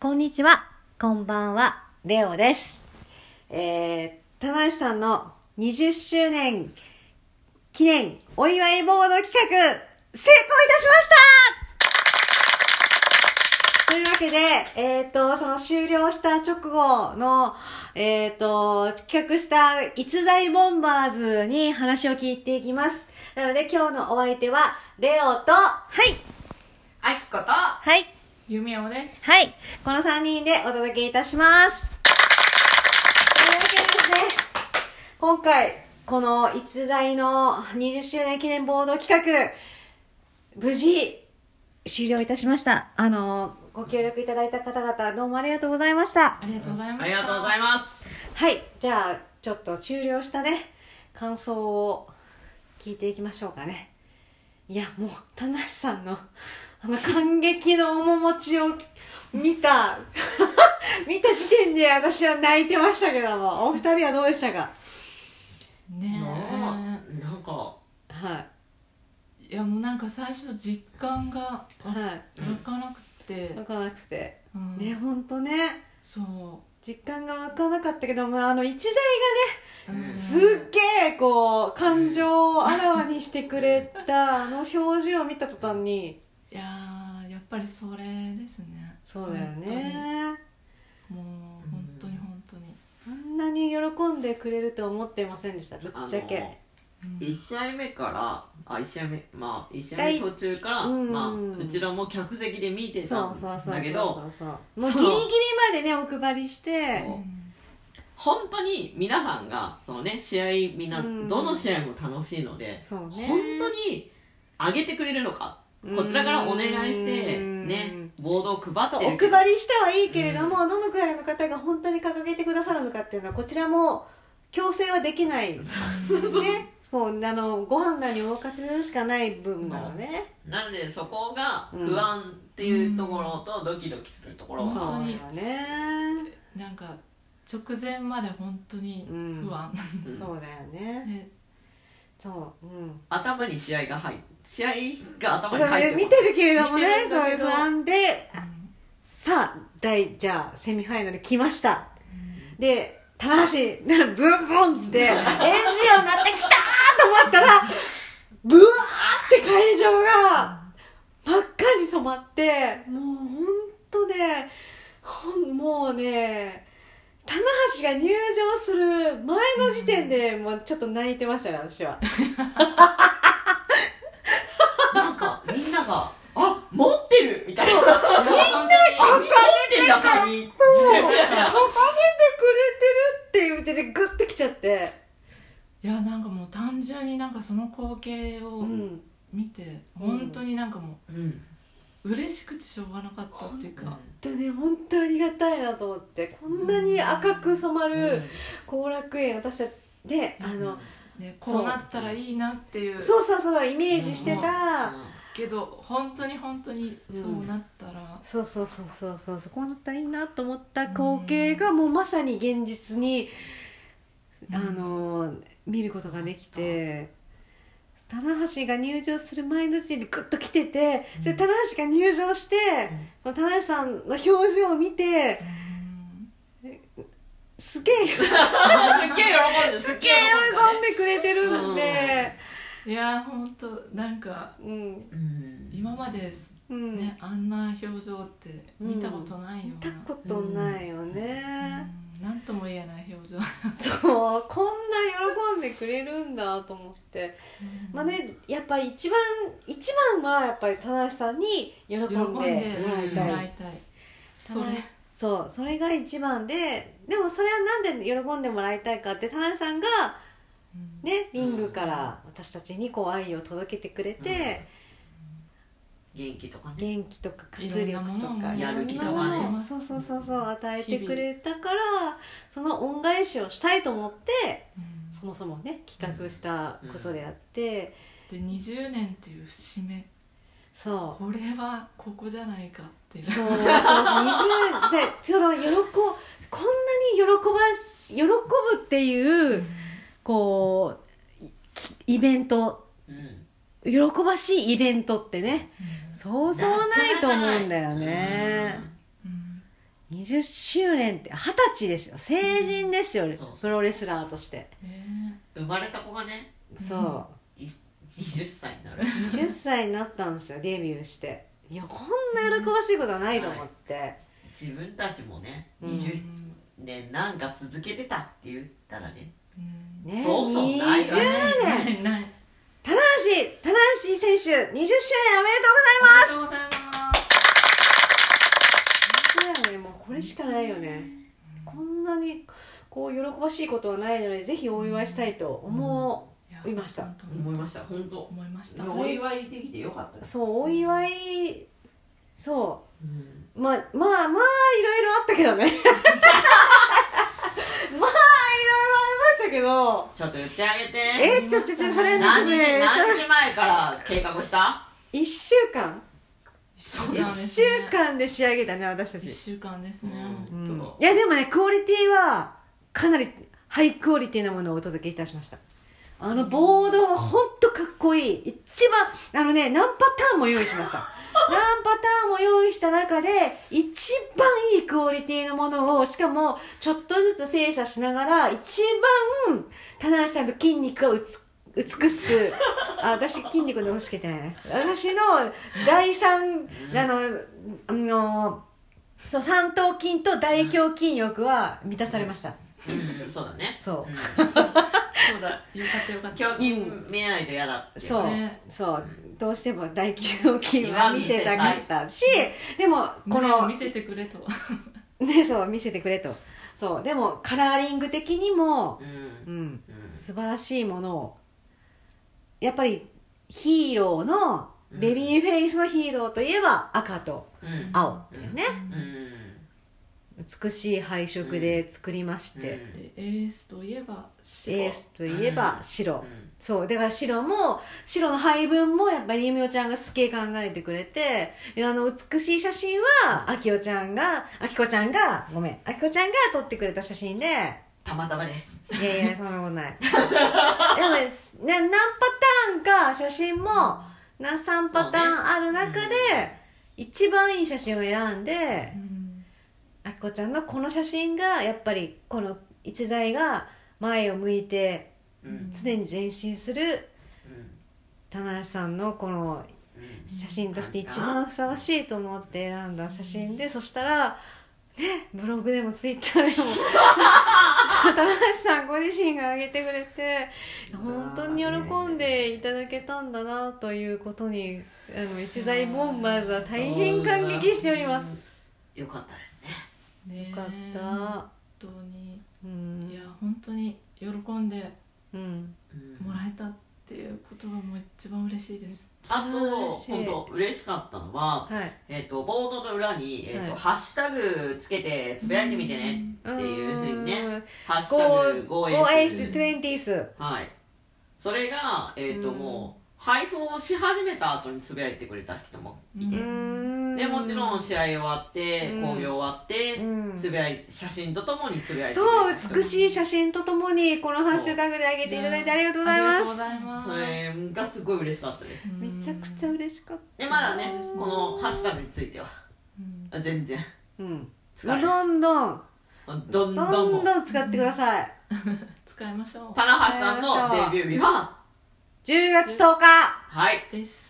こんにちは、こんばんは、レオです。えー、田橋さんの20周年記念お祝いボード企画、成功いたしましたというわけで、えっ、と、その終了した直後の、えっ、と、企画した逸材ボンバーズに話を聞いていきます。なので今日のお相手は、レオと、はい、あきことはい、ゆみおですはい、この3人でお届けいたします。というわけでですね、今回、この逸材の20周年記念ボード企画、無事、終了いたしました。あの、ご協力いただいた方々、どうもありがとうございましたあ。りがとうございますありがとうございます。はい、じゃあ、ちょっと終了したね、感想を聞いていきましょうかね。いや、もう、田無さんの、あの、感激の面持ちを見た、 見た時点で私は泣いてましたけども、お二人はどうでしたかねなあなんか、はえいやもうなんか最初実感がわい。は湧かなくてい。、わかなくて。うんね、ほんとね、そ実感がわかなかったけども、あの、一材がね、う、うんすっげえ、こう、感情をあらわにしてくれた、あの表情を見た途端に、いやーやっぱりそれですねそうだよねもう本当に本当に、あんなに喜んでくれると思ってませんでしたぶっちゃあのけうん一試合目から、あ、一試合目、まあ、一試合目途中から、うんまあ、うちらも客席で見てたそんうそうそうだけそど、うそうもうギそリギうリまでねお配りしてそううん本当に皆さんが、そのね、試合みんな、うんどの試合も楽しいので、そうね本当に上げてくれるのか、こちらからお願いして、うんね、ボードを配そっうておるけど配りしてはいいけれども、どのくらいの方が本当に掲げてくださるのかっていうのはこちらも強制はできないねこうあのご判断にお任せするしかない部分なのねなので、そこが不安っていうところと、ドキドキするところそうだは、よねなんか直前まで本当に不安、うんそうだよねねそううん頭に試合が入る。試合が頭にそう入ってます見てるけれどもね見てるんそうだいけうど不安でうんさあ第じゃあセミファイナル来ましたで棚橋なブンブンっつってエンジン音鳴ってきたーと思ったらブワーって会場が真っ赤に染まってもうほんとねほんもうね棚橋が入場する前の時点でもうちょっと泣いてましたね私 はなんかみんなが「あ持ってる!」みたいな「みんな本当持ってんだからに」そう掲げてくれてるっていうてでグッてきちゃってにいやなんかもう単純になんかその光景うをん見て、うん本当になんかもううん嬉しくてしょうがなかったっていうか、本当に本当ありがたいなと思ってこんなに赤く染まる後楽園私たちであの、ね、そうこうなったらいいなっていうそうそうそうイメージしてた、けど本当に本当にそうなったら、そうそうそうそうそうそうこうなったらいいなと思った光景がもうまさに現実に、うんあのー見ることができて。棚橋が入場する前の時点でグッと来てて、で棚橋が入場して、その棚橋さんの表情を見てうんすげえ喜んですっげえ喜んですっげえでくれてるんで、いやー本当なんかうん喜んで今まで、うんねあんな表情って見たことない見ようたな、ことないよね、うんなんとも言えない 表情、そうこんな喜んでくれるんだと思って、まあねやっぱ一番一番はやっぱり田無さんに喜んで喜んでももららいいたい、たいそれ棚橋そうそれが一番ででもそれはなんで喜んでもらいたいかって田無さんがうんねリングから私たちにこう愛を届けてくれて、元気とかね元気とか活力いろんなとものかをやる気とかねいろんなものをそうそうそうそう与えてくれたからその恩返しをしたいと思ってうんそもそもね企画したことであって、で20年っていう節目そうこれはここじゃないかっていうそうそうそう20でその喜ぶこんなに喜ばし喜ぶっていうこういイベントうん喜ばしいイベントってねそうそうないと思うんだよね。うん20周年って二十歳ですよ成人ですよ、そうプロレスラーとしてね生まれた子がねそう20歳になる20歳になったんですよデビューしていやこんな喜ばしいことはないと思って、自分たちもねうん20年なんか続けてたって言ったらねうんねそうそうない20年ないない棚橋棚橋選手20周年おめでとうございありがとうございまますすそうだよねもうこれしかないよねこんなにこう喜ばしいことはないのでぜひお祝いしたいと思やいました本当に思いました本当思いましたそれお祝いできてよかったうです、そうお祝いそううんまあまあまあいろいろあったけどね まあいろいろありましたちょっと言ってあげてけどえちょちょちょそれ何ね日何日前から計画した1週間そう1なんです週ね間で仕上げたね私た一ち、週間ですねう本ん当いやでもねクオリティはかなりハイクオリティなものをお届けいたしましたあのボードは本当かっこいい一番あのね何パターンも用意しました 何パターンも用意した中で一番いいクオリティのものをしかもちょっとずつ精査しながら一番棚橋さんの筋肉がうつ美しくあ私筋肉の欲しくてね私の第三あのあのそう三頭筋と大胸筋欲は満たされました、うんそうだねそうんそうだよかったよかった胸筋見えないと嫌だってそう、ねそうどうしても大胸筋は見せたかったしでもここのの見せてくれとねそう見せてくれとそうでもカラーリング的にもう、うんん、うん素晴らしいものをやっぱりヒーローのベビーフェイスのヒーローといえば赤とうん青っていうね、うん美しい配色で作りまして、でエースといえば白エースといえば白、うんそうだから白も白の配分もやっぱりゆみおちゃんがすげえ考えてくれてであの美しい写真はあきおちゃんがあきこちゃんがごめんあきこちゃんが撮ってくれた写真でいたまたまですやいやそんなことないでもね何パターンか写真もな3パターンある中で一番いい写真を選んでうんあきこちゃんのこの写真がやっぱりこの逸材が前を向いてうんうん常に前進するうん棚橋さんのこのうん写真として一番ふさわしいと思って選んだ写真でそしたら、ね、ブログでもツイッター でも棚橋さんご自身が上げてくれて本当に喜んでいただけたんだなということにあの一大ボンバーズは大変感激しております。よかったですねねよかった、本当にういやん本当に喜んでうん、うんもらえたっていうことがもう一番嬉しいですあと素晴らしい本当嬉しかったのははいえっとボードの裏にえっはといハッシュタグつけてつぶやいてみてねっていうふうにねうんハッシュタグ 5S 5S20 はいそれがえっ、と、うんもう配布をし始めた後につぶやいてくれた人もいて、うんでもちろん試合終わってうん興行終わって、うんつぶやい写真とともにつぶやいてくそうれた人も美しい写真とともにこのハッシュタグで上げていただいてありがとうございますありがとうそございれがすごい嬉しかったですますめちゃくちゃ嬉しかっでまだねそうですねこのハッシュタグについてはうん全然たうん使えないどんどんどんどんどんもうどん使ってください使いましょう棚橋さんのデビュー日は10月10日はいです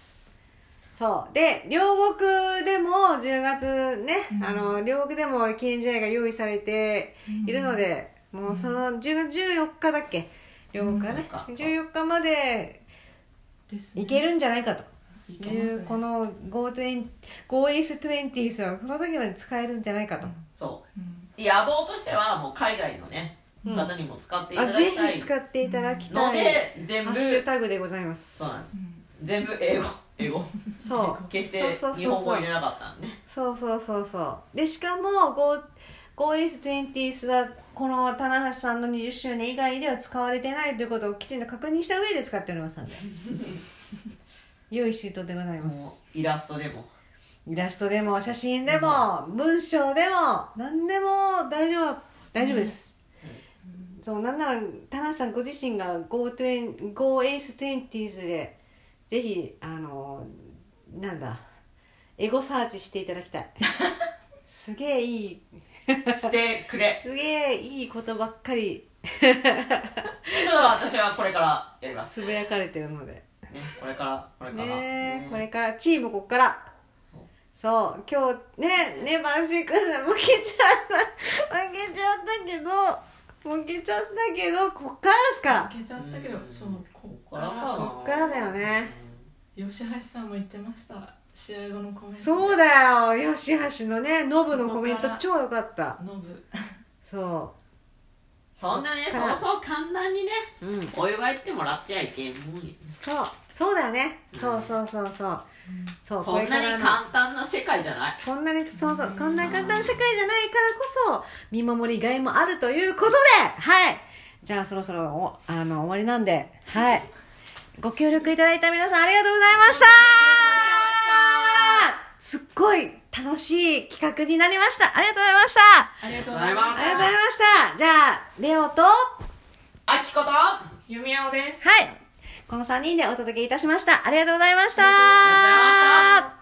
そうで両国でも10月ね、うんあの両国でも記念試合が用意されているので、もうその10月14日だっけ両国がね、うん14日までですねいけるんじゃないかといけまいすうねこの 5S20s はこの時まで使えるんじゃないかと、そうんう野望としてはもう海外のねうん方にも使っていたあだぜきたいひ使っていただきのたいで全ハ部ッシュタグでございますそうなんですうん全部英語英 語そう決してそうそうそうそう日本語入れなかったんでねそうそうそうそうでしかも 5S20s はこの棚橋さんの20周年以外では使われてないということをきちんと確認した上で使っておりますの で良い周到でございますもうイラストでもイラストでも写真でも文章でも何でも大丈夫大丈夫です、そうなんなら田中さんご自身が GoAce20s でぜひあの なんだエゴサーチしていただきたいすげえいいしてくれすげえいいことばっかりちょっと私はこれからやりますつぶやかれてるのでねこれからこれからねえこれれからチームこっからそうそう今日ねねバンシークス負けちゃった負けちゃったけど負けちゃったけどこっからですからけちゃったけど、うんそうこここっかからからなこっからだよね吉橋さんも言ってました試合後のコメントそうだよ吉橋のねノブのコメント超良かったノブそそんなねこっそからうそう簡単にねううんお祝いってもらってはいけんもんよそうそうだよねそうそうそうそうそうそんこれからなのに簡単な世界じゃないこんなにそうそううんこんな簡単な世界じゃないからこそ見守りがいもあるということではいじゃあそろそろおあの終わりなんではいご協力いただいた皆さんありがとうございましたすっごい楽しい企画になりましたありがとうございましたありがととううごござざいいまますありがとうございましたじゃあレオとはあきこと弓矢尾ですいこの3人でお届けいたしましたありがとうございましたありがとうございました